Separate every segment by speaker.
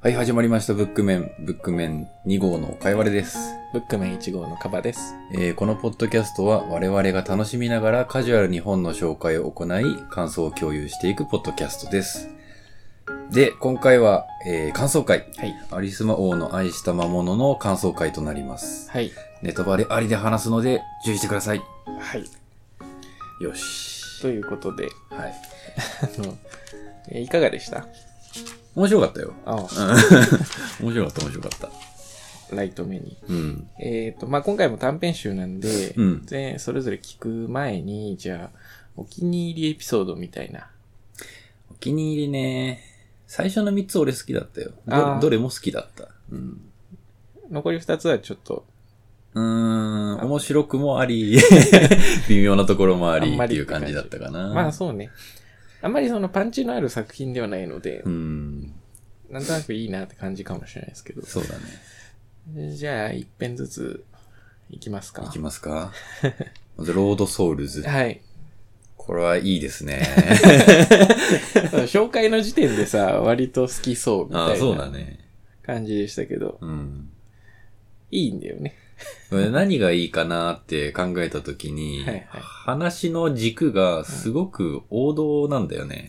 Speaker 1: はい、始まりました。ブックメン、ブックメン2号のかいわれです。
Speaker 2: ブックメン1号のカバです。
Speaker 1: えーこのポッドキャストは我々が楽しみながらカジュアルに本の紹介を行い、感想を共有していくポッドキャストです。で、今回は、えー感想会。
Speaker 2: はい。
Speaker 1: アリスマ王の愛した魔物の感想会となります。
Speaker 2: はい。
Speaker 1: ネタバレありで話すので注意してください。
Speaker 2: はい。
Speaker 1: よし。
Speaker 2: というこ とで、
Speaker 1: はい。
Speaker 2: あの、えーいかがでした
Speaker 1: 面白かったよ。う
Speaker 2: あ
Speaker 1: ん面白かった、面白かった。
Speaker 2: ライト目に。
Speaker 1: うん。
Speaker 2: えっ、と、まあ、今回も短編集なんで、
Speaker 1: うん
Speaker 2: でそれぞれ聞く前に、じゃあ、お気に入りエピソードみたいな。
Speaker 1: お気に入りね。最初の3つ俺好きだったよ。
Speaker 2: あ
Speaker 1: ど
Speaker 2: ー
Speaker 1: どれも好きだった。うん。
Speaker 2: 残り2つはちょっと、
Speaker 1: うーん、面白くもあ り、微妙なところもあり
Speaker 2: あんま
Speaker 1: って
Speaker 2: り
Speaker 1: いう感じだったかな。
Speaker 2: まあそうね。あんまりそのパンチのある作品ではないので
Speaker 1: う。、ん、
Speaker 2: なんとなくいいなって感じかもしれないですけど。
Speaker 1: そうだね。
Speaker 2: じゃあ、一編ずつ、いきますか。
Speaker 1: いきますか。まず、ロードソウルズ。
Speaker 2: はい。
Speaker 1: これはいいです ね。
Speaker 2: 紹介の時点でさ、割と好きそうみ
Speaker 1: あ
Speaker 2: た
Speaker 1: あ、
Speaker 2: い
Speaker 1: そうだ
Speaker 2: な
Speaker 1: ね。
Speaker 2: 感じでしたけど、
Speaker 1: うん。
Speaker 2: いいんだよね。
Speaker 1: これ何がいいかなって考えたときに、
Speaker 2: はいはい
Speaker 1: 話の軸がすごく王道なんだよね。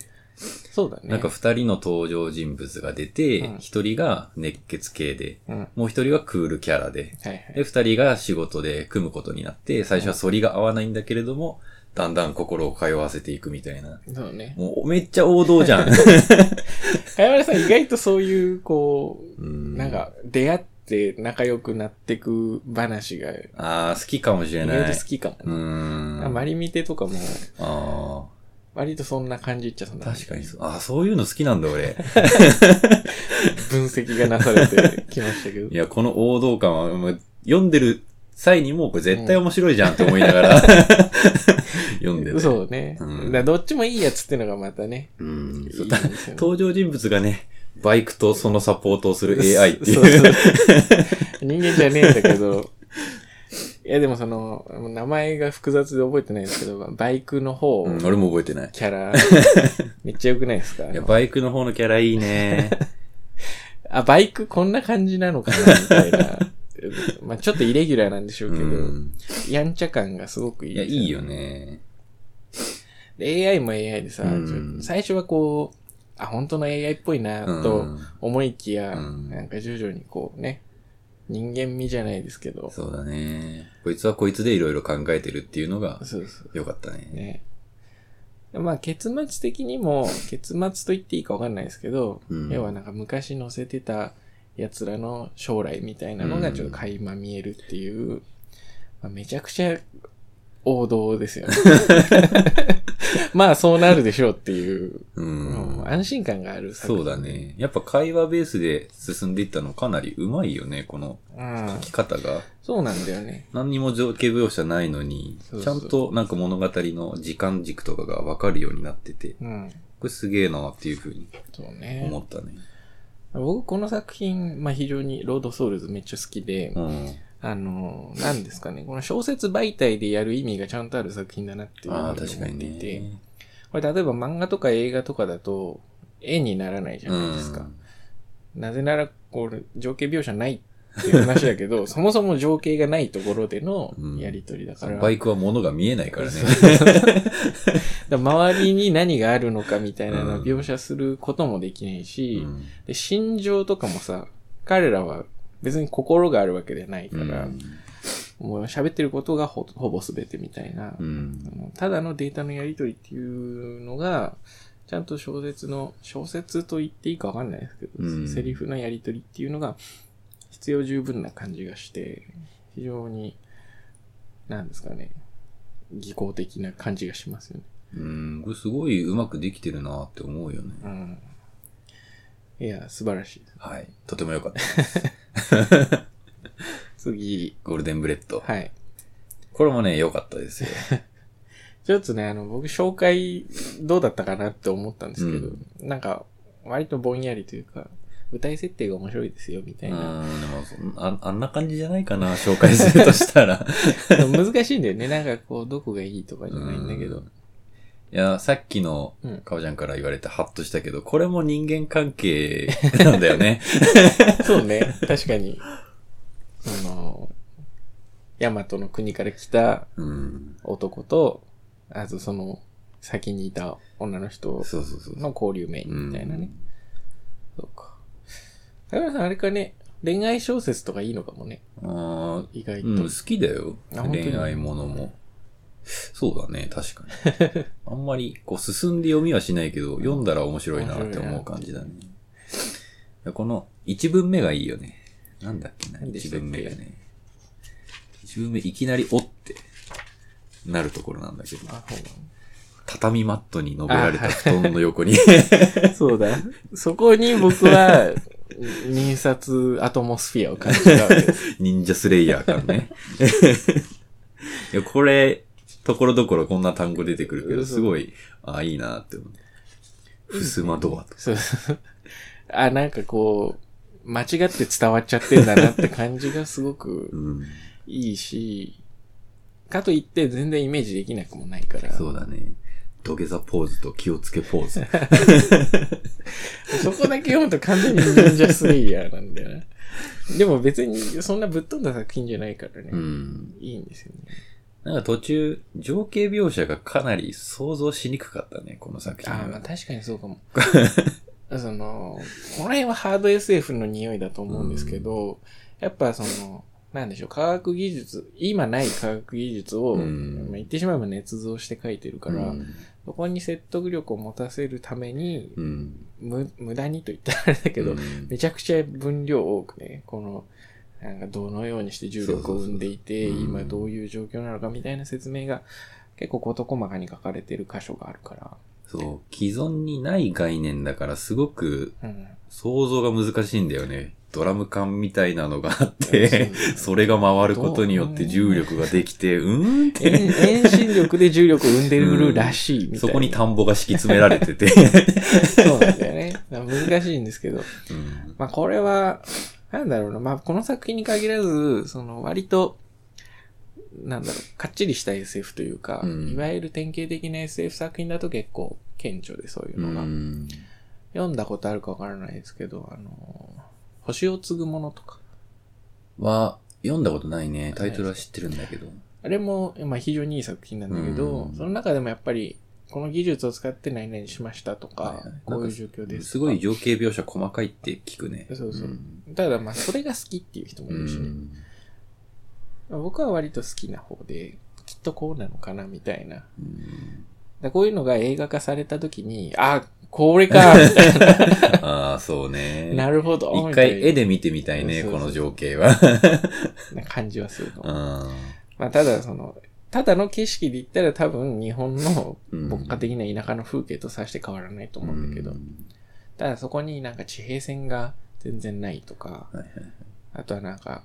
Speaker 2: そうだね。
Speaker 1: なんか二人の登場人物が出て
Speaker 2: う、ん
Speaker 1: 一、人が熱血系で、
Speaker 2: うん。はい
Speaker 1: もう一人はクールキャラで、
Speaker 2: は
Speaker 1: で、
Speaker 2: い。
Speaker 1: 二人が仕事で組むことになって、最初は反りが合わないんだけれども、だんだん心を通わせていくみたいな。
Speaker 2: そう ね。
Speaker 1: もうめっちゃ王道じ ゃん。
Speaker 2: かやまさん意外とそういう、こ
Speaker 1: う
Speaker 2: う、
Speaker 1: ん
Speaker 2: なん。か、出会って仲良くなってく話が、意
Speaker 1: ああ、好きかもしれない。
Speaker 2: 外と好きか
Speaker 1: う
Speaker 2: もね。
Speaker 1: ん。
Speaker 2: あまり見てとかも、
Speaker 1: あ
Speaker 2: 割とそんな感じっちゃそん
Speaker 1: ー
Speaker 2: な感じ
Speaker 1: 確かにそう。ああ、そういうの好きなんだ俺。
Speaker 2: 分析がなされてきましたけど
Speaker 1: い。や、この王道感は、もう読んでる際にもうこれ絶対面白いじゃんって思いなが ら、読んでる。
Speaker 2: そうね。
Speaker 1: うん
Speaker 2: だからどっちもいいやつってのがまたね。
Speaker 1: うん。
Speaker 2: いい
Speaker 1: そうんた
Speaker 2: ですよね
Speaker 1: 登場人物がね、バイクとそのサポートをする AI ってい
Speaker 2: そう
Speaker 1: う。
Speaker 2: そう人間じゃねえんだけ ど。いや、でもその、名前が複雑で覚えてないですけど、バイクの方、
Speaker 1: うん、俺も覚えてない。
Speaker 2: キャラ、 めっちゃ良くないですか
Speaker 1: いや、バイクの方のキャラいいね。
Speaker 2: あ、バイクこんな感じなのかなみたいな。 まあちょっとイレギュラーなんでしょうけど、
Speaker 1: うん。
Speaker 2: やんちゃ感がすごくいい
Speaker 1: いや、
Speaker 2: で
Speaker 1: い
Speaker 2: すね、
Speaker 1: いよね。
Speaker 2: で AI も AI でさ、
Speaker 1: うん
Speaker 2: ちょ最初はこう、あ、本当の AI っぽいな
Speaker 1: う
Speaker 2: と
Speaker 1: ん
Speaker 2: 思いきや、
Speaker 1: うん
Speaker 2: なんか徐々にこうね、人間味じゃないですけど、
Speaker 1: そうだね。こいつはこいつでいろいろ考えてるっていうのが
Speaker 2: そうそう
Speaker 1: 良かったね。
Speaker 2: ね。まあ、結末的にも、結末と言っていいかわかんないですけど、
Speaker 1: うん
Speaker 2: 要はなんか昔載せてた奴らの将来みたいなのがちょっと垣間見えるっていう、まあ、めちゃくちゃ王道です よね。まあ、そうなるでしょうっていう、
Speaker 1: うん
Speaker 2: もう。安心感がある作
Speaker 1: そう
Speaker 2: 品
Speaker 1: だ。ね。やっぱ会話ベースで進んでいったのかなりうまいよね、この
Speaker 2: うん
Speaker 1: 書。き方が。
Speaker 2: そうなんだよね。
Speaker 1: 何にも情景描写ないのに
Speaker 2: そ、う
Speaker 1: ちゃ
Speaker 2: そうん
Speaker 1: となんか物語の時間軸とかがわかるようになってて、
Speaker 2: うん。
Speaker 1: これすげえなっていうふうに
Speaker 2: そうね。
Speaker 1: 思ったね。
Speaker 2: 僕、この作品、まあ、非常にロードソウルズめっちゃ好きで、
Speaker 1: うん。
Speaker 2: あの、なんですかね、この小説媒体でやる意味がちゃんとある作品だなっていうふうに
Speaker 1: あ
Speaker 2: 思
Speaker 1: あ、
Speaker 2: っ
Speaker 1: 確か
Speaker 2: て
Speaker 1: に
Speaker 2: いて、
Speaker 1: ね。
Speaker 2: これ例えば漫画とか映画とかだと、絵にならないじゃないですか。なぜなら、これ、情景描写ないっていう話だけ ど、そもそも情景がないところでのやりとりだか
Speaker 1: う
Speaker 2: ら、
Speaker 1: ん。バイクは物が見えないからね。
Speaker 2: だから周りに何があるのかみたいなの
Speaker 1: うん
Speaker 2: を描写することもできないし、
Speaker 1: うん
Speaker 2: で心情とかもさ、彼らは別に心があるわけではないか
Speaker 1: う
Speaker 2: ら、
Speaker 1: ん
Speaker 2: もう喋ってることがほほぼ全てみたいな、
Speaker 1: うん
Speaker 2: あのただのデータのやり取りっていうのが、ちゃんと小説の、小説と言っていいかわかんないですけど、
Speaker 1: うん
Speaker 2: セリフのやり取りっていうのが必要十分な感じがして、非常に、なんですかね、技巧的な感じがしますよね。
Speaker 1: うん、これすごいうまくできてるなって思うよね。
Speaker 2: うん。いや、素晴らしい。
Speaker 1: はい。とても良かった。
Speaker 2: 次、
Speaker 1: ゴールデンブレッド。
Speaker 2: はい。
Speaker 1: これもね、良かったですよ。
Speaker 2: ちょっとね、あの、僕、紹介どうだったかなって思ったんですけど、
Speaker 1: う
Speaker 2: なんか、割とぼんやりというか、舞台設定が面白いですよ、みた
Speaker 1: うん、
Speaker 2: い
Speaker 1: で
Speaker 2: な。
Speaker 1: もそんあ、あんな感じじゃないかな、紹介 するとしたら。
Speaker 2: でも難しいんだよね。なんかこう、どこがいいとかじゃないんだけ
Speaker 1: う
Speaker 2: ど
Speaker 1: ん。いや、さっきの
Speaker 2: うん、
Speaker 1: かおちゃんから言われてハッとしたけど、これも人間関係なんだよ ね。
Speaker 2: そうね、確かに。その、ヤマトの国から来た
Speaker 1: うん。
Speaker 2: 男と、あとその、先にいた女の人
Speaker 1: そうそうそう。
Speaker 2: の交流名みたいなね。
Speaker 1: うん
Speaker 2: そうか。高村さん、あれかね、恋愛小説とかいいのかもね、
Speaker 1: あ
Speaker 2: 意外
Speaker 1: ー
Speaker 2: と。
Speaker 1: うん、好きだよ。
Speaker 2: あ本当に
Speaker 1: 恋愛ものも。そうだね、確かに。 あんまり、こう、進んで読みはしないけど、読んだら面白いなって思う感じだね。いやこの、一文目がいいよね。なんだっけな、
Speaker 2: 何で
Speaker 1: 一
Speaker 2: したっけ
Speaker 1: 文目がね。一文目、いきなり、おって、なるところなんだけど。
Speaker 2: あ、そう
Speaker 1: 畳マットに登られた布団の横に。
Speaker 2: なのそうだ。そこに僕は、印刷アトモスフィアを感じたわけです。
Speaker 1: 忍者スレイヤー感 ね。いや、これ、ところどころこんな単語出てくるけど、すごい、ああ、いいなって思う。ふすまドアと。
Speaker 2: そう そう。あ、なんかこう、間違って伝わっちゃってんだなって感じがすごく
Speaker 1: うん。
Speaker 2: いいし、かといって全然イメージできなくもないから。
Speaker 1: そうだね。土下座ポーズと気をつけポーズ。
Speaker 2: そこだけ読むと完全に忍者スレイヤーなんだよな。でも別にそんなぶっ飛んだ作品じゃないからね。
Speaker 1: うん。
Speaker 2: いいんですよね。
Speaker 1: なんか途中、情景描写がかなり想像しにくかったね、この作品
Speaker 2: ああ、まあ
Speaker 1: は。
Speaker 2: 確かにそうかも。 その、この辺はハード SF の匂いだと思うんですけど、やっぱその、なんでしょう、科学技術、今ない科学技術を、
Speaker 1: うん
Speaker 2: まあ言ってしまえば捏造して書いてるから、
Speaker 1: うん
Speaker 2: そこに説得力を持たせるために、
Speaker 1: うん。
Speaker 2: む無駄にと言ったらあれだけど、
Speaker 1: うん
Speaker 2: めちゃくちゃ分量多くね、この、なんかどのようにして重力を生んでい
Speaker 1: そ
Speaker 2: て、
Speaker 1: うそうそううん
Speaker 2: 今どういう状況なのかみたいな説明が結構事細かに書かれてる箇所があるから、
Speaker 1: そう、既存にない概念だから、すごく
Speaker 2: うん、
Speaker 1: 想像が難しいんだよね。ドラム缶みたいなのがあっ
Speaker 2: う
Speaker 1: て
Speaker 2: ん、
Speaker 1: それが回ることによって重力ができて、うーんって、
Speaker 2: 遠遠心力で重力を生んでるらしいみたいな。
Speaker 1: そこに田んぼが敷き詰められてて、
Speaker 2: そうなんだよね。難しいんですけど。
Speaker 1: うん
Speaker 2: まあこれは、なんだろうな。まあこの作品に限らず、その割と、なんだろう、かっちりした SF というか、
Speaker 1: うん
Speaker 2: いわゆる典型的な SF 作品だと結構顕著でそういう
Speaker 1: う
Speaker 2: のが。
Speaker 1: ん。
Speaker 2: 読んだことあるかわからないですけど、あの、星を継ぐものとか。
Speaker 1: は、読んだことないね。タイトルは知ってるんだけど。
Speaker 2: あれも、まあ非常にいい作品なんだけど、
Speaker 1: うん
Speaker 2: その中でもやっぱり、この技術を使って何々しましたとか、
Speaker 1: はいはい
Speaker 2: こういう状況です
Speaker 1: す
Speaker 2: とか
Speaker 1: ごい情景描写細かいって聞くね。
Speaker 2: そうそうんただまあそれが好きっていう人も
Speaker 1: う
Speaker 2: いるし、ね
Speaker 1: ん。
Speaker 2: 僕は割と好きな方できっとこうなのかなみたいなだか
Speaker 1: うん
Speaker 2: らこういうのが映画化された時にあこれかみたい
Speaker 1: ああ、そうね。
Speaker 2: な なるほど
Speaker 1: 一
Speaker 2: みたいな
Speaker 1: 回絵で見てみたいね、
Speaker 2: そう
Speaker 1: こ
Speaker 2: そうそう
Speaker 1: の情景は。
Speaker 2: な感じはするの、
Speaker 1: う
Speaker 2: まあ、ただそのただの景色で言ったら多分日本の
Speaker 1: うん
Speaker 2: 牧歌的な田舎の風景とさして変わらないと
Speaker 1: ん
Speaker 2: 思うんだけど、
Speaker 1: うん
Speaker 2: ただそこになんか地平線が全然ないとか、
Speaker 1: はいはい
Speaker 2: あとはなんか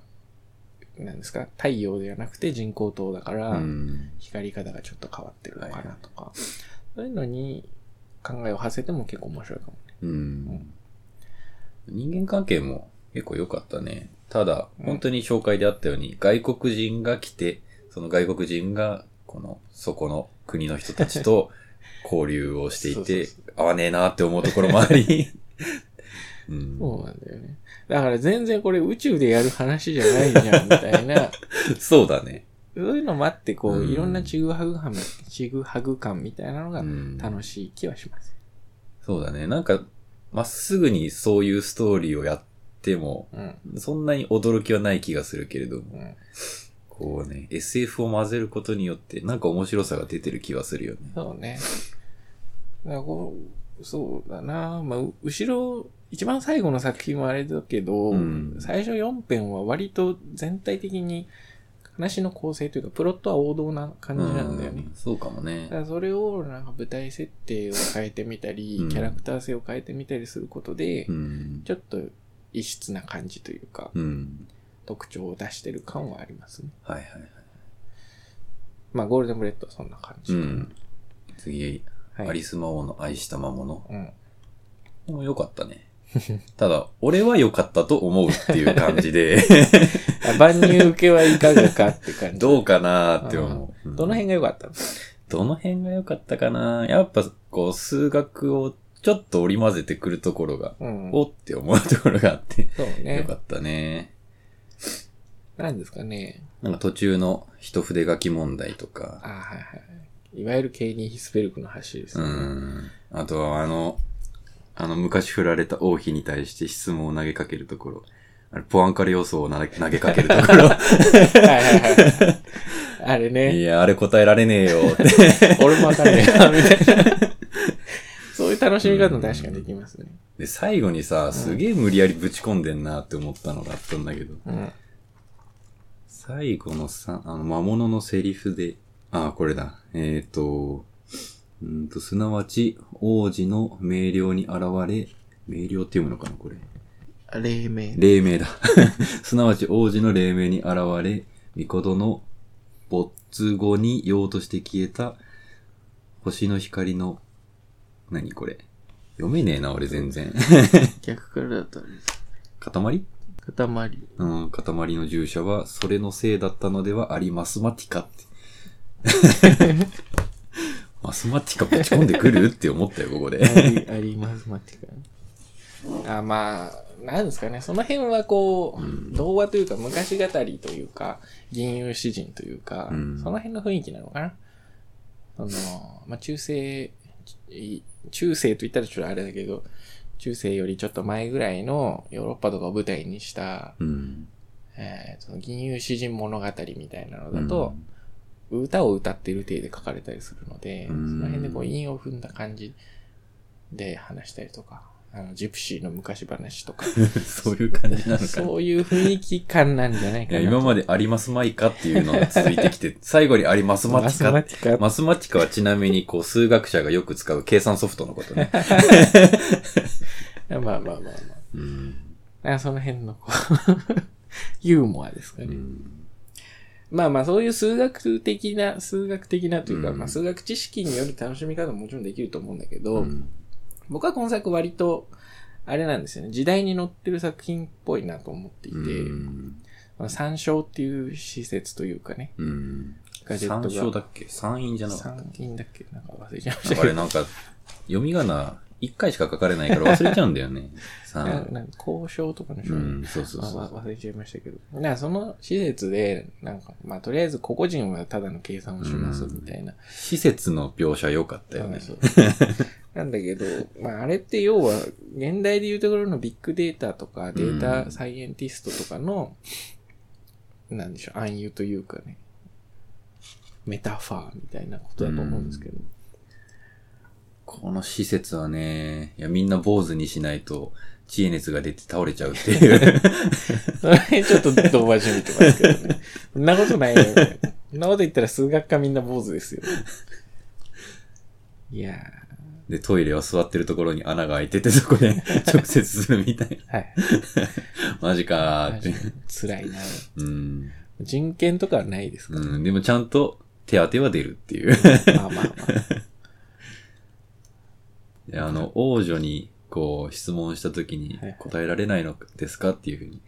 Speaker 2: なんですか太陽ではなくて人工灯だから、
Speaker 1: うん
Speaker 2: 光り方がちょっと変わってるのか
Speaker 1: はいは
Speaker 2: ないとか、そういうのに考えを馳せても結構面白いかもね。
Speaker 1: うん。人間関係も結構良かったね。ただ、
Speaker 2: うん
Speaker 1: 本当に紹介であったように、外国人が来て、その外国人が、この、そこの国の人たち と交流をしていて
Speaker 2: そ、
Speaker 1: 合わねえなって思うところもあ り。うん、
Speaker 2: そうなんだよね。だから全然これ宇宙でやる話じゃないじゃん、みた いな。
Speaker 1: そうだね。
Speaker 2: そういうのもあって、こう、
Speaker 1: うん
Speaker 2: いろんなちぐはぐはめ、ちぐはぐ感みたいなのが
Speaker 1: うん
Speaker 2: 楽しい気はします。
Speaker 1: そうだね。なんか、まっすぐにそういうストーリーをやっても、
Speaker 2: うん。
Speaker 1: そんなに驚きはない気がするけれども、
Speaker 2: うん。
Speaker 1: こうね、SF を混ぜることによって、なんか面白さが出てる気はするよね。
Speaker 2: そうね。だからこう、そうだな。まあ、う後ろ、一番最後の作品はあれだけど、
Speaker 1: うん
Speaker 2: 最初4編は割と全体的に話の構成というか、プロットは王道な感じなんだよね。
Speaker 1: うんそうかもね
Speaker 2: だか。らそれをなんか舞台設定を変えてみたり、
Speaker 1: うん
Speaker 2: キャラクター性を変えてみたりすることで、
Speaker 1: うん。
Speaker 2: ちょっと異質な感じというか、
Speaker 1: うん。
Speaker 2: 特徴を出してる感はありますね。
Speaker 1: はいはいはい。
Speaker 2: まあ、ゴールデンブレッドはそんな感じ
Speaker 1: う
Speaker 2: かな。
Speaker 1: ん。次、
Speaker 2: はい。
Speaker 1: アリス魔王の愛した魔物。こ
Speaker 2: うん。
Speaker 1: れも良かったね。ただ、俺は良かったと思うっていう感じで、
Speaker 2: あ万人受けはいかがかって感じ。
Speaker 1: どうかなーって思う。うん
Speaker 2: どの辺が良かったの
Speaker 1: どの辺が良かったかなやっぱ、こう、数学をちょっと織り交ぜてくるところが、
Speaker 2: うん。
Speaker 1: おって思うところがあって、
Speaker 2: そう
Speaker 1: 良
Speaker 2: ね
Speaker 1: か。ったね。
Speaker 2: なんですかね。
Speaker 1: なんか途中の一筆書き問題とか
Speaker 2: あ、はいはい。いわゆるケイニー・ヒスペルクの橋です
Speaker 1: う
Speaker 2: ね。
Speaker 1: ん。あとはあの、あの昔振られた王妃に対して質問を投げかけるところ。あれ、ポアンカレ要素を投げ投げかけるところ。
Speaker 2: はいはいはい。あれね
Speaker 1: い。や、あれ答 えられねえよって。
Speaker 2: 俺もわかんねえな、みたいな。 そういう楽しみ方も確かにできますね。
Speaker 1: で、最後にさ、すげえ無理やりぶち込んでんなって思ったのがあったんだけど。
Speaker 2: うん。
Speaker 1: 最後のさ、あの、魔物のセリフで、あ、これだ。えっ、ー、と、うーんと、すなわち、王子の命令に現れ、命令って読むのかな、これ。
Speaker 2: 黎明。
Speaker 1: 黎明だ。 すなわち王子の黎明に現れ、御事の没後に用として消えた、星の光の、何これ。読めねえな、俺全然。
Speaker 2: 逆からだったんです。
Speaker 1: 塊
Speaker 2: 塊。
Speaker 1: うん、塊の従者は、それのせいだったのではありますまティカって。 マスマティカぶち込んでくるって思ったよ、ここで。
Speaker 2: ありあります、待ってください。あまあ、なんですかね、その辺はこう、童話というか、昔語りというか、吟遊詩人というか、
Speaker 1: うん
Speaker 2: その辺の雰囲気なのかな。その、まあ、中世、い中世と言ったらちょっとあれだけど、中世よりちょっと前ぐらいのヨーロッパとかを舞台にした、
Speaker 1: うん。
Speaker 2: えーその吟遊詩人物語みたいなのだと、歌を歌ってる体で書かれたりするので、
Speaker 1: う
Speaker 2: そ
Speaker 1: ん
Speaker 2: の辺でこう韻を踏んだ感じで話したりとか、あの、ジプシーの昔話と か、
Speaker 1: うん、そういう感じなのかな。
Speaker 2: そういう雰囲気感なんじゃない
Speaker 1: い
Speaker 2: か
Speaker 1: や、
Speaker 2: な。
Speaker 1: 今ま
Speaker 2: で、
Speaker 1: でありますまいかっていうのが続いてき て、最後にありますまテ
Speaker 2: マ
Speaker 1: ィ
Speaker 2: ス
Speaker 1: カ
Speaker 2: マティカ。
Speaker 1: マスマティカはちなみに、こう、数学者がよく使う計算ソフトのこと ね。
Speaker 2: まあまあまあま
Speaker 1: うん。
Speaker 2: あ。あその辺のこう、 ユーモアですかね。まあまあ、そういう数学的な、数学的なというか、
Speaker 1: うん
Speaker 2: まあ数学知識による楽しみ方ももちろんできると思うんだけど、
Speaker 1: うん
Speaker 2: 僕は今作割と、あれなんですよね。時代に載ってる作品っぽいなと思っていて、
Speaker 1: うん。
Speaker 2: まあ、参照っていう施設というかね、
Speaker 1: うん。
Speaker 2: ガジェット
Speaker 1: 三
Speaker 2: が。
Speaker 1: 章だっけ三院じゃなかっ。
Speaker 2: 参院だっけなんか忘れちゃいました
Speaker 1: あ
Speaker 2: たけ
Speaker 1: れ
Speaker 2: ど。
Speaker 1: なんか、読み仮名、一回しか書かれないから忘れちゃうんだよ ね。
Speaker 2: な
Speaker 1: 三。
Speaker 2: なんか交渉とかの章、
Speaker 1: うん、そうそうそ
Speaker 2: まあ
Speaker 1: う。
Speaker 2: 忘れちゃいましたけど。だからその施設で、なんか、まあとりあえず個々人はただの計算をしますみたいな。
Speaker 1: 施設の描写良かったよね。
Speaker 2: そう なんだけど、まああれって要は、現代でいうところのビッグデータとか、データサイエンティストとかの、なんでしょう、暗喩というかね、メタファーみたいなことだと思うんですけど。
Speaker 1: この施設はね、いや、みんな坊主にしないと、知恵熱が出て倒れちゃうっていう。
Speaker 2: それ ちょっとドバじみてますけどね。そんなことないよ。みたいなそんなこと言ったら数学科みんな坊主ですよ。いや
Speaker 1: で、トイレは座ってるところに穴が開いてて、そこ で直接するみたいな。
Speaker 2: ー、はい。
Speaker 1: マジかー
Speaker 2: マ
Speaker 1: っ
Speaker 2: ジ
Speaker 1: て
Speaker 2: で。辛いな。
Speaker 1: うん。
Speaker 2: 人権とかはないですか
Speaker 1: うん。でもちゃんと手当ては出るって いう。
Speaker 2: ら。まあまあま
Speaker 1: で、あの、王女に、こう、質問した時に
Speaker 2: はいはい、
Speaker 1: 答えられないのですかっていうふうに。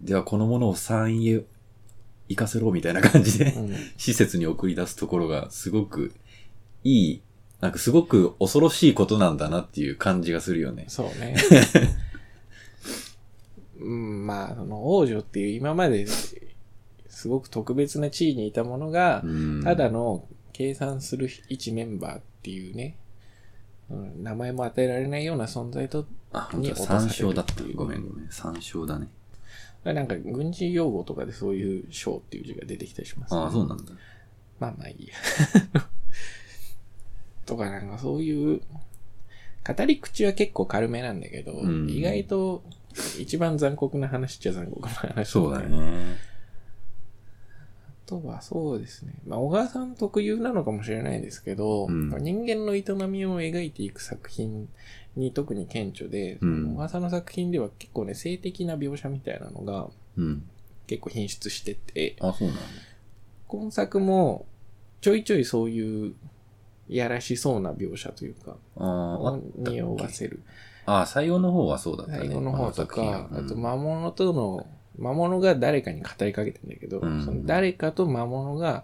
Speaker 1: では、このものを産院へ行かせろ、みたいな感じ
Speaker 2: あ。う
Speaker 1: で、
Speaker 2: ん
Speaker 1: 施設に送り出すところが、すごくいい、なんかすごく恐ろしいことなんだなっていう感じがするよね。
Speaker 2: そうね。 うん、まあ、その王女っていう今まですごく特別な地位にいたものが、
Speaker 1: うん。
Speaker 2: ただの計算する一メンバーっていうね、うん、名前も与えられないような存在と、
Speaker 1: あ、本当だ、
Speaker 2: に落とされ
Speaker 1: 参
Speaker 2: る
Speaker 1: 照だった。ごめんごめん。参照だね。
Speaker 2: なんか軍事用語とかでそういう章っていう字が出てきたりします、
Speaker 1: ああ、そうなんだ。
Speaker 2: まあまあいいや。 とかなんかそういう、語り口は結構軽めなんだけど、
Speaker 1: うん
Speaker 2: 意外と一番残酷な話っちゃ残酷な話。
Speaker 1: そうだ。ね。
Speaker 2: あとはそうですね。まあ小川さん特有なのかもしれないですけど、
Speaker 1: うん
Speaker 2: 人間の営みを描いていく作品に特に顕著で、
Speaker 1: うん
Speaker 2: 小川さんの作品では結構ね、性的な描写みたいなのが
Speaker 1: うん。
Speaker 2: 結構品質してて、
Speaker 1: あ、そうなんだ。
Speaker 2: 今作もちょいちょいそういういやらしそうな描写というか、
Speaker 1: ああ、あったっけ
Speaker 2: 匂わせる。
Speaker 1: ああ、最後の方はそうだったね。
Speaker 2: 最後の方とか、
Speaker 1: あ
Speaker 2: あ
Speaker 1: の
Speaker 2: と
Speaker 1: 作品は
Speaker 2: 魔物との、魔物が誰かに語りかけてんだけど、
Speaker 1: うん
Speaker 2: その誰かと魔物が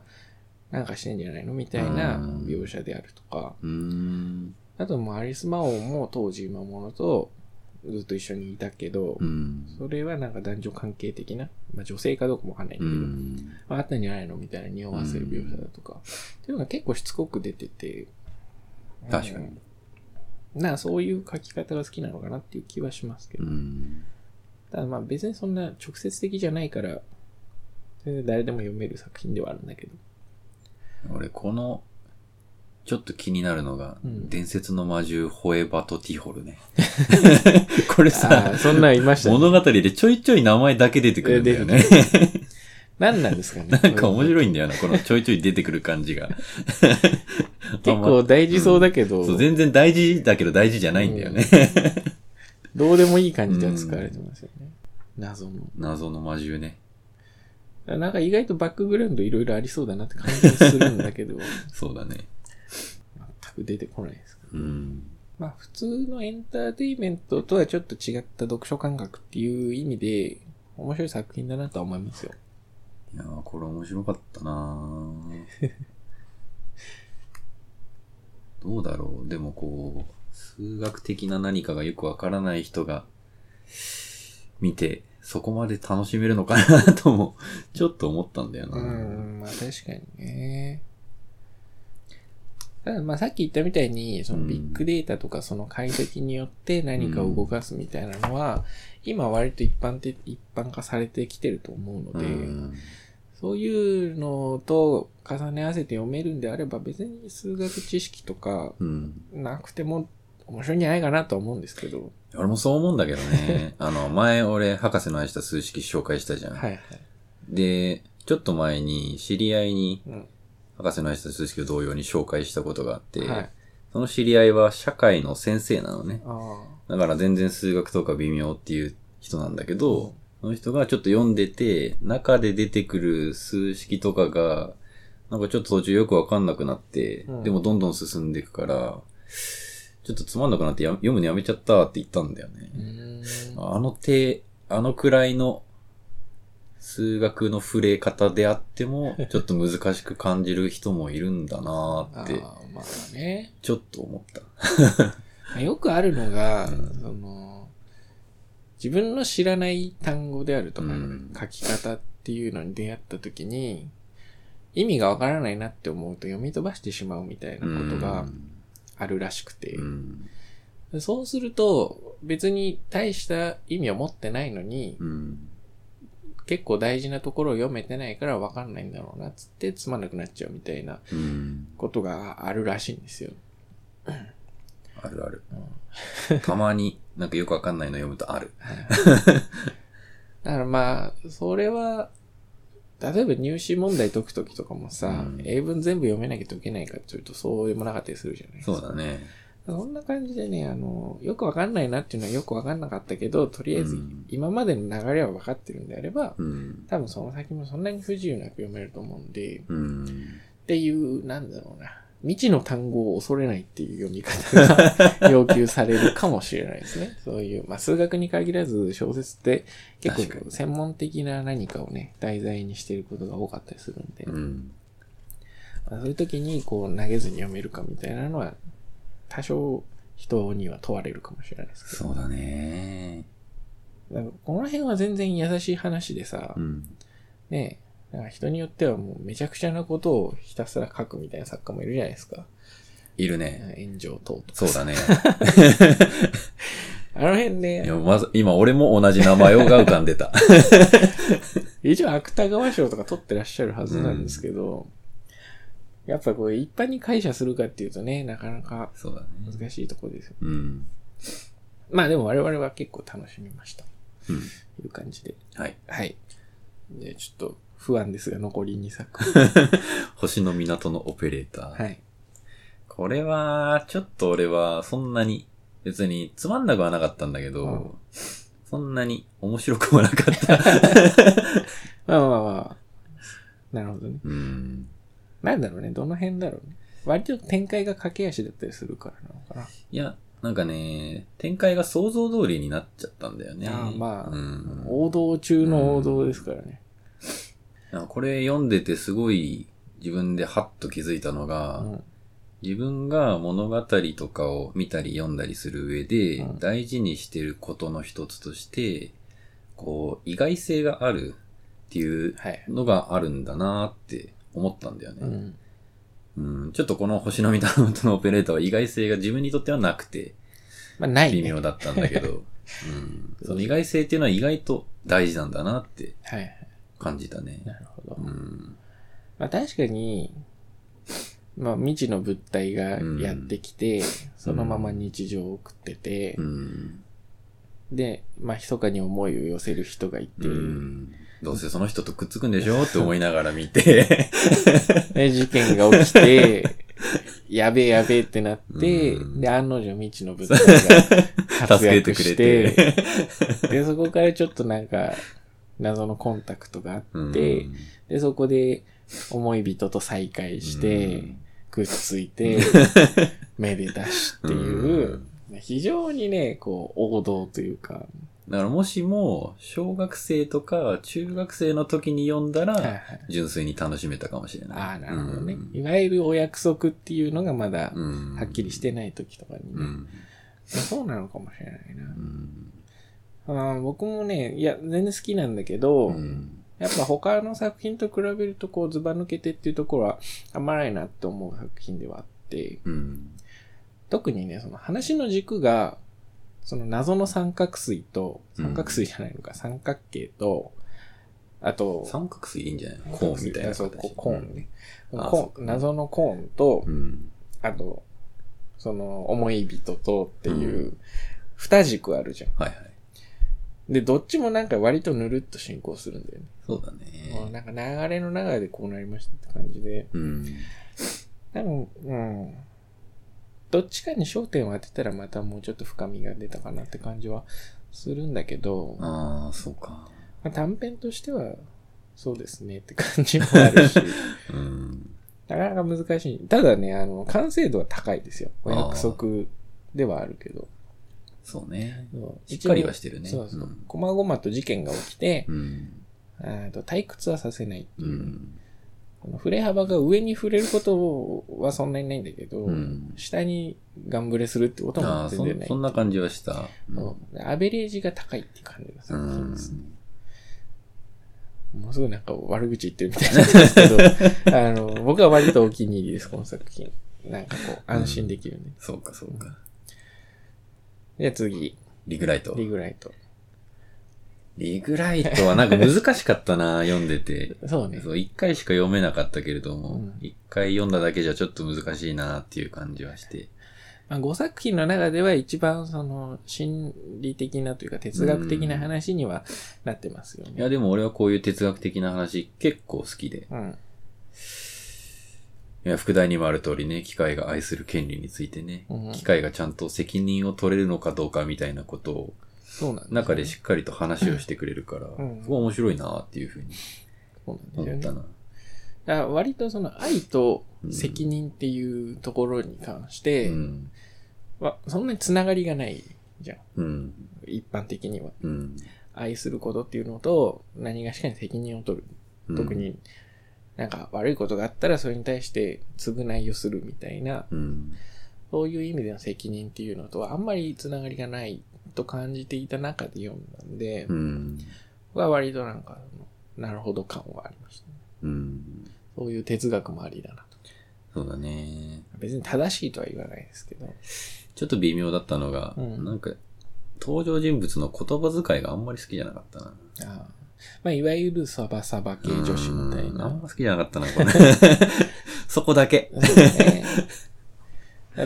Speaker 2: なんかしてんじゃないのみたいな
Speaker 1: うん
Speaker 2: 描写であるとか、
Speaker 1: うーん。
Speaker 2: あともうアリス・マオンも当時今物とずっと一緒にいたけど、
Speaker 1: うん。
Speaker 2: それはなんか男女関係的な、まあ女性かどうかもわかんないん
Speaker 1: う
Speaker 2: だけど、
Speaker 1: ん。
Speaker 2: まああったんじゃないのみたいな匂わせる描写だとか、っていうのが結構しつこく出てて、
Speaker 1: 確かに。
Speaker 2: うん。なんかそういう書き方が好きなのかなっていう気はしますけ
Speaker 1: う
Speaker 2: ど、
Speaker 1: ん。
Speaker 2: ただまあ別にそんな直接的じゃないから、全然誰でも読める作品ではあるんだけど、
Speaker 1: 俺、この、ちょっと気になるのが、
Speaker 2: うん
Speaker 1: 伝説の魔獣、ホエバとティホルね。 これ
Speaker 2: あ
Speaker 1: さ
Speaker 2: あ、、そんなんいましたね。
Speaker 1: 物語でちょいちょい名前だけ出てくるんだよね。
Speaker 2: 何なんですかね。
Speaker 1: なんか面
Speaker 2: い。
Speaker 1: 白いんだよな、このちょいちょい出てくる感じが。
Speaker 2: 結構大事そうだけど、
Speaker 1: そう、全然大事だけど大事じゃないんだよね。
Speaker 2: どうでもいい感じで扱われてますよね。謎の。
Speaker 1: 謎の魔獣ね。
Speaker 2: なんか意外とバックグラウンドいろいろありそうだなって感じがするんだ けど、
Speaker 1: そうだね。
Speaker 2: 全く出てこないです。
Speaker 1: うん。
Speaker 2: まあ普通のエンターテインメントとはちょっと違った読書感覚っていう意味で、面白い作品だなとは思いますよ。
Speaker 1: いやーこれ面白かったなー どうだろうでもこう、数学的な何かがよくわからない人が見て、そこまで楽しめるのかなと も、ちょっと思ったんだよな。
Speaker 2: う。ん、まあ確かにね。ただまあさっき言ったみたいに、そのビッグデータとかその解析によって何かを動かすみたいなのは、今割と一般的、一般化されてきてると思うの
Speaker 1: う
Speaker 2: で、
Speaker 1: ん
Speaker 2: そういうのと重ね合わせて読めるんであれば別に数学知識とか
Speaker 1: うん。
Speaker 2: なくても面白いんじゃないかなとは思うんですけど。
Speaker 1: 俺もそう思うんだけど ね。あの、前俺、博士の愛した数式紹介したじゃん。
Speaker 2: はいはい。
Speaker 1: で、ちょっと前に知り合いに、
Speaker 2: うん。
Speaker 1: 博士の愛した数式を同様に紹介したことがあって、
Speaker 2: はい。
Speaker 1: その知り合いは社会の先生なのね。
Speaker 2: あ
Speaker 1: だから全然数学とか微妙っていう人なんだけど、その人がちょっと読んでて、中で出てくる数式とかが、なんかちょっと途中よくわかんなくなって、
Speaker 2: うん
Speaker 1: でもどんどん進んでいくから、ちょっとつまんなくなってや読むのやめちゃったって言ったんだよね
Speaker 2: あ。。うーん。
Speaker 1: あの手、あのくらいの数学の触れ方であって も、ちょっと難しく感じる人もいるんだなー
Speaker 2: あ
Speaker 1: って、
Speaker 2: ーまあね。
Speaker 1: ちょっと思った。
Speaker 2: まあよくあるのが、その、自分の知らない単語であるとか、
Speaker 1: うん
Speaker 2: 書き方っていうのに出会った時に、意味がわからないなって思うと読み飛ばしてしまうみたいなことがあるらしくて、
Speaker 1: うん
Speaker 2: そうすると別に大した意味を持ってないのに、
Speaker 1: うん
Speaker 2: 結構大事なところを読めてないからわかんないんだろうなっつってつまんなくなっちゃうみたいな
Speaker 1: うん
Speaker 2: ことがあるらしいんですよ。
Speaker 1: あるある。 たまになんかよくわかんないの読むとある。
Speaker 2: だからまあ、それは、例えば入試問題解くときとかもさ、
Speaker 1: うん
Speaker 2: 英文全部読めなきゃ解けないかっていうとそうでもなかったりするじゃないですか。
Speaker 1: そうだね。
Speaker 2: そんな感じでね、あの、よくわかんないなっていうのはよくわかんなかったけど、とりあえ
Speaker 1: う
Speaker 2: ず
Speaker 1: ん
Speaker 2: 今までの流れは分かってるんであれば、
Speaker 1: うん。
Speaker 2: 多分その先もそんなに不自由なく読めると思うんで、
Speaker 1: うん。
Speaker 2: っていう、なんだろうな。未知の単語を恐れないっていう読み方が要求されるかもしれないで すね。そういう、まあ数学に限らず小説って結
Speaker 1: 確か
Speaker 2: 構
Speaker 1: に
Speaker 2: 専門的な何かをね、題材にしてることが多かったりするんで、
Speaker 1: うん。
Speaker 2: まあそういう時にこう投げずに読めるかみたいなのは多少人には問われるかもしれないですけ
Speaker 1: そ
Speaker 2: ど
Speaker 1: うだね。。
Speaker 2: だからこの辺は全然優しい話でさ、
Speaker 1: うん。
Speaker 2: ねえ、なんか人によってはもうめちゃくちゃなことをひたすら書くみたいな作家もいるじゃないですか。
Speaker 1: いるね。
Speaker 2: 炎上等と
Speaker 1: そ
Speaker 2: か。
Speaker 1: うだ ね。
Speaker 2: あの辺
Speaker 1: い
Speaker 2: ね
Speaker 1: や、、まず、今俺も同じ名前をが浮かんでた。
Speaker 2: 一応芥川賞とか取ってらっしゃるはずなんですけど、やっぱこれ一般に解釈するかっていうとね、なかなか
Speaker 1: そうだね。
Speaker 2: 難しいところですよ。
Speaker 1: うん。
Speaker 2: まあでも我々は結構楽しみました。
Speaker 1: うん。
Speaker 2: いう感じで。
Speaker 1: はい。
Speaker 2: はい。で、ちょっと不安ですが、残り2作。
Speaker 1: 星の港のオペレーター。
Speaker 2: はい。
Speaker 1: これは、ちょっと俺は、そんなに、別につまんなくはなかったんだけど、
Speaker 2: うん
Speaker 1: そんなに面白くもなかった。
Speaker 2: まあまあまあ。なるほどね。
Speaker 1: うん。
Speaker 2: なんだろうね、どの辺だろうね。割と展開が駆け足だったりするからなのかな。
Speaker 1: いや、なんかね、展開が想像通りになっちゃったんだよね。
Speaker 2: ああまあ
Speaker 1: うん。
Speaker 2: 王道中の王道ですからね。
Speaker 1: なんかこれ読んでてすごい自分でハッと気づいたのが、
Speaker 2: うん
Speaker 1: 自分が物語とかを見たり読んだりする上で、
Speaker 2: うん
Speaker 1: 大事にしてることの一つとして、こう、意外性があるっていう
Speaker 2: はい。
Speaker 1: のがあるんだなって思ったんだよ
Speaker 2: う
Speaker 1: ね。
Speaker 2: ん。
Speaker 1: うん、ちょっとこの星の源ののオペレーターは意外性が自分にとってはなくて、
Speaker 2: まあ、ない、
Speaker 1: 微
Speaker 2: ね。
Speaker 1: 妙だったんだけ ど、うん、その意外性っていうのは意外と大事なんだなって
Speaker 2: はいはい。
Speaker 1: 感じたね。
Speaker 2: なるほど
Speaker 1: う。ん、
Speaker 2: まあ、確かに、まあ、未知の物体がやってきて、そのまま日常を送ってて、
Speaker 1: うん、
Speaker 2: で、まあ、密かに思いを寄せる人がいて、
Speaker 1: うん。どうせその人とくっつくんでしょって思いながら見て、
Speaker 2: で、事件が起きて、 やべえやべえってなって、
Speaker 1: うん
Speaker 2: で、案の定未知の物体が活
Speaker 1: 助け
Speaker 2: 躍
Speaker 1: てくれ
Speaker 2: して、
Speaker 1: て。
Speaker 2: で、そこからちょっとなんか、謎のコンタクトがあって、
Speaker 1: うん
Speaker 2: で、そこで、思い人と再会して、
Speaker 1: うん
Speaker 2: くっつい て、めでたしっていう、非常にね、こう、王道というか、
Speaker 1: だからもしも、小学生とか中学生の時に読んだ
Speaker 2: はいはい
Speaker 1: ら、純粋に楽しめたかもしれない。
Speaker 2: ああ、なるほどね、
Speaker 1: うん
Speaker 2: いわゆるお約束っていうのがまだ、
Speaker 1: うん
Speaker 2: はっきりしてない時とかにね、
Speaker 1: うん。
Speaker 2: そうなのかもしれないな
Speaker 1: う。ん
Speaker 2: あー僕もね、いや、全然好きなんだけど、
Speaker 1: うん
Speaker 2: やっぱ他の作品と比べると、こう、ずば抜けてっていうところは、あんまないなって思う作品ではあって、
Speaker 1: うん。
Speaker 2: 特にね、その話の軸が、その謎の三角錐と、
Speaker 1: うん
Speaker 2: 三角錐じゃないのか、三角形と、あと、
Speaker 1: 三角錐いいんじゃないコーンみたいな形。
Speaker 2: あそうこコーンね。
Speaker 1: うんあ
Speaker 2: コーン、謎のコーンと
Speaker 1: う、ん。
Speaker 2: あと、その、思い人とっていうう、二軸あるじゃん。
Speaker 1: はいはい。
Speaker 2: で、どっちもなんか割とぬるっと進行するんだよね。
Speaker 1: そうだ
Speaker 2: まあ
Speaker 1: ね。
Speaker 2: なんか流れの中でこうなりましたって感じで。
Speaker 1: うん。
Speaker 2: 多分、うん。どっちかに焦点を当てたらまたもうちょっと深みが出たかなって感じはするんだけど、ま
Speaker 1: ああ、そうか。
Speaker 2: あ、短編としてはそうですねって感じもあ るし、
Speaker 1: うん。
Speaker 2: なかなか難しい。ただね、あの、完成度は高いですよ。お約束ではあるけど。
Speaker 1: そうね。
Speaker 2: そう
Speaker 1: しっかりはしてるね。
Speaker 2: そうそう
Speaker 1: うん。
Speaker 2: こまごまと事件が起きて、
Speaker 1: うん。
Speaker 2: えーと退屈はさせないって
Speaker 1: う
Speaker 2: いう、
Speaker 1: ん。
Speaker 2: この触れ幅が上に触れることはそんなにないんだけど、
Speaker 1: うん
Speaker 2: 下にガンブレするってこと
Speaker 1: あ
Speaker 2: も
Speaker 1: あ、
Speaker 2: 全
Speaker 1: そ
Speaker 2: 然なんい
Speaker 1: そ。んな感じはした。うん
Speaker 2: うんアベレージが高いっていう感じがす
Speaker 1: う
Speaker 2: るん
Speaker 1: ん
Speaker 2: ですね。ものすごいなんか悪口言ってるみたいなんです けど、あの、僕は割とお気に入りです、この作品。なんかこう、安心できるね。
Speaker 1: そうか、そうか。
Speaker 2: で、次、
Speaker 1: リグライト。
Speaker 2: リグライト。
Speaker 1: リグライトはなんか難しかった な、読んでて。
Speaker 2: そうね。
Speaker 1: そう、一回しか読めなかったけれども
Speaker 2: うん、
Speaker 1: 一、回読んだだけじゃちょっと難しいなっていう感じはして。
Speaker 2: まあ、5作品の中では一番その、心理的なというか哲学的な話にはなってますよ
Speaker 1: いや、
Speaker 2: ね。
Speaker 1: でも俺はこういう哲学的な話結構好きで。
Speaker 2: うん。
Speaker 1: いや、副題にもある通りね、機械が愛する権利についてね、
Speaker 2: うん
Speaker 1: 機械がちゃんと責任を取れるのかどうかみたいなことを、
Speaker 2: そうなんです、ね。
Speaker 1: 中でしっかりと話をしてくれるから、
Speaker 2: うん
Speaker 1: すごい面白いなっていうふうに
Speaker 2: そうなんですよ
Speaker 1: 思っ
Speaker 2: ね。
Speaker 1: たな。
Speaker 2: だから割とその愛と責任っていうところに関して、
Speaker 1: うん。
Speaker 2: はそんなにつながりがないじゃん。
Speaker 1: うん。
Speaker 2: 一般的には。
Speaker 1: うん。
Speaker 2: 愛することっていうのと、何がしかに責任を取る。
Speaker 1: うん
Speaker 2: 特。に、なんか悪いことがあったらそれに対して償いをするみたいな、
Speaker 1: うん。
Speaker 2: そういう意味での責任っていうのとはあんまりつながりがないと感じていた中で読んだんで、
Speaker 1: うん。
Speaker 2: 僕は割となんか、なるほど感はありましたね。
Speaker 1: うん。
Speaker 2: そういう哲学もありだなと。
Speaker 1: そうだね。
Speaker 2: 別に正しいとは言わないですけど。
Speaker 1: ちょっと微妙だったのが、
Speaker 2: うん
Speaker 1: なんか、登場人物の言葉遣いがあんまり好きじゃなかったな。
Speaker 2: ああまあ、いわゆるサバサバ系女子みたい
Speaker 1: うんあん
Speaker 2: な。
Speaker 1: ま好きじゃなかったな、 これ。そこだけ。
Speaker 2: そう ね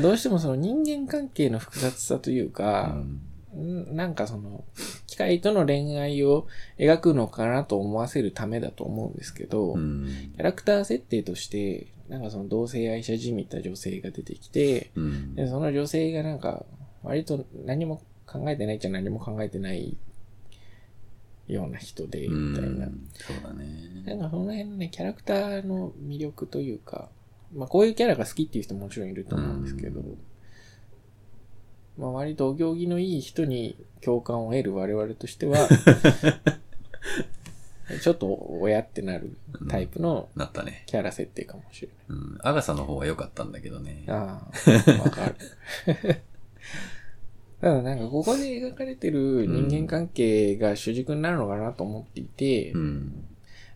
Speaker 2: どうしてもその人間関係の複雑さという
Speaker 1: う
Speaker 2: か、
Speaker 1: ん
Speaker 2: んなんかその、機械との恋愛を描くのかなと思わせるためだと思うんですけど、
Speaker 1: うん
Speaker 2: キャラクター設定として、なんかその同性愛者じみた女性が出てきて、
Speaker 1: うん
Speaker 2: でその女性がなんか、割と何も考えてないっちゃ何も考えてないような人で、
Speaker 1: う
Speaker 2: みたいな。
Speaker 1: んそうだ
Speaker 2: な
Speaker 1: ね。
Speaker 2: んかその辺のね、キャラクターの魅力というか、まあこういうキャラが好きっていう人ももちろんいると思うんですけど、
Speaker 1: うん
Speaker 2: まあ割とお 行儀のいい人に共感を得る我々としては、ちょっと親ってなるタイプの
Speaker 1: なったね。
Speaker 2: キャラ設定かもしれ
Speaker 1: うん。アガサの方は良かったんだけどね。
Speaker 2: ない。ああ、わかる。ただなんかここで描かれてる人間関係が主軸になるのかなと思っていて、
Speaker 1: うん。。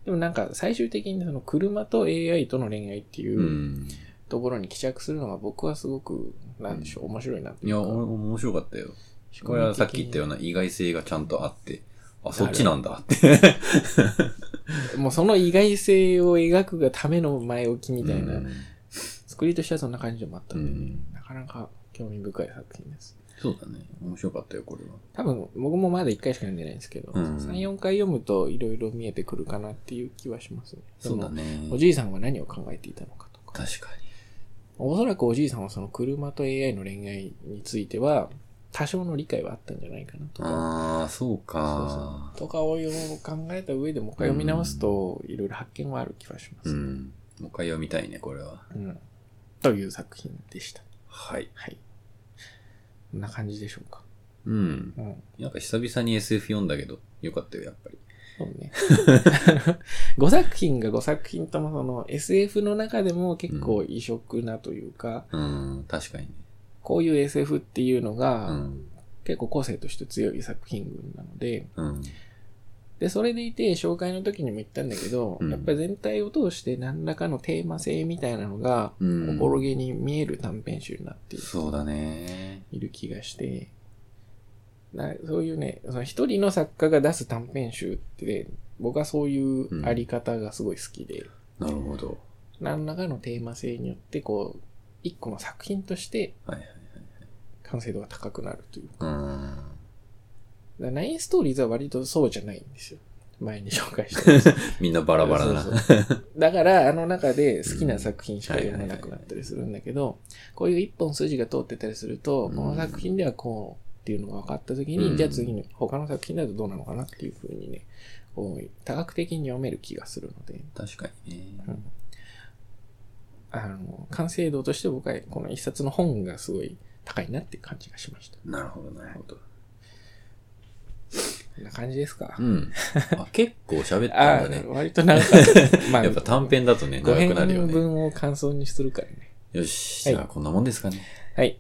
Speaker 2: でもなんか最終的にその車と AI との恋愛っていううんところに帰着するのが僕はすごく、なんでしょう、面白いなって
Speaker 1: い
Speaker 2: いう
Speaker 1: や、
Speaker 2: か。
Speaker 1: お面白かったよ。これはさっき言ったような意外性がちゃんとあって、あ、そっちなんだって。
Speaker 2: もうその意外性を描くがための前置きみたいな、
Speaker 1: うん
Speaker 2: 作りとしてはそんな感じでもあったんで、ね
Speaker 1: うん
Speaker 2: なかなか興味深い作品です。
Speaker 1: そうだね。面白かったよ、これは。
Speaker 2: 多分、僕もまだ1回しか読んでないんですけど、
Speaker 1: うん
Speaker 2: 3、4回読むといろいろ見えてくるかなっていう気はしますね。で
Speaker 1: そう
Speaker 2: も
Speaker 1: だね。
Speaker 2: おじいさんは何を考えていたのかとか。
Speaker 1: 確か
Speaker 2: おそらくおじいさんはその車と AI の恋愛については、多少の理解はあったんじゃないかなと
Speaker 1: に。
Speaker 2: か。
Speaker 1: ああ、そう
Speaker 2: そう
Speaker 1: か
Speaker 2: そう。とかをよ考えた上でもう一回読み直すと、いろいろ発見はある気はしま
Speaker 1: う
Speaker 2: す、ね
Speaker 1: ん。もう一回読みたいね、これは。
Speaker 2: うん。という作品でした。
Speaker 1: はい。
Speaker 2: はい。こんな感じでしょうか。
Speaker 1: うん。
Speaker 2: うん。
Speaker 1: なんか久々に SF 読んだけど、よかったよ、やっぱり。
Speaker 2: そう ね。5作品が5作品ともその SF の中でも結構異色なというか、
Speaker 1: うん、確かにね。
Speaker 2: こういう SF っていうの
Speaker 1: う
Speaker 2: が
Speaker 1: ん。
Speaker 2: 結構個性として強い作品群なので、
Speaker 1: うん。
Speaker 2: で、それでいて紹介の時にも言ったんだけど、
Speaker 1: うん
Speaker 2: やっぱり全体を通して何らかのテーマ性みたいなのが
Speaker 1: うん
Speaker 2: 心気に見える短編集になっている
Speaker 1: そうだね。
Speaker 2: いる気がして、なそういうね、その一人の作家が出す短編集って、僕はそういうあり方がすごい好きで、
Speaker 1: なるほど。
Speaker 2: 何らかのテーマ性によって、こう、一個の作品として
Speaker 1: はいはい。
Speaker 2: 完成度が高くなるという。だか
Speaker 1: うん。
Speaker 2: らナインストーリーズは割とそうじゃないんですよ。前に紹介したんですけど。
Speaker 1: みんなバラバラだな。
Speaker 2: そ うそうだから、あの中で好きな作品しか読めなくなったりするんだけど、こういう一本筋が通ってたりすると、
Speaker 1: うん
Speaker 2: この作品ではこうっていうのが分かった時に、
Speaker 1: うん
Speaker 2: じゃあ次の他の作品だとどうなのかなっていうふうにね、こう多角的に読める気がするので、
Speaker 1: 確かにね。
Speaker 2: うんあの、完成度として僕はこの一冊の本がすごい高いなっていう感じがしました。
Speaker 1: なるほど、なるほど。
Speaker 2: こんな感じですか、
Speaker 1: うん。あ、結構喋ったん
Speaker 2: あ
Speaker 1: だね。
Speaker 2: 割となんか、ま
Speaker 1: やっぱ短編だとね、長
Speaker 2: 5
Speaker 1: くなるよ
Speaker 2: 編
Speaker 1: ね。
Speaker 2: 分を感想にするからね。
Speaker 1: よし、
Speaker 2: はい
Speaker 1: じゃあこんなもんですかね。
Speaker 2: はい。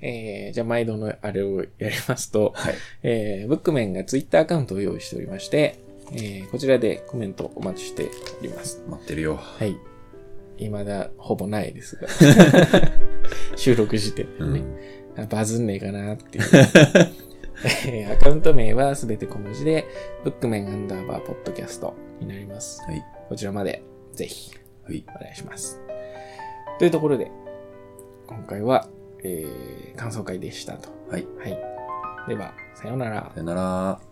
Speaker 2: えー、じゃあ毎度のあれをやりますと、
Speaker 1: はい。
Speaker 2: えー、ブックメンがツイッターアカウントを用意しておりまして、えー、こちらでコメントお待ちしております。
Speaker 1: 待ってるよ。
Speaker 2: はい。未だほぼないです が。収録時点で
Speaker 1: う
Speaker 2: ね、
Speaker 1: ん。
Speaker 2: あバズんねえか なっていう。えーアカウント名はすべて小文字で、ブックメンアンダーバーポッドキャストになります。
Speaker 1: はい。
Speaker 2: こちらまでぜひ
Speaker 1: はい。
Speaker 2: お願いします。というところで、今回は、えー、感想会でしたと。
Speaker 1: はい。
Speaker 2: はい。では、さようなら
Speaker 1: さ。よなら。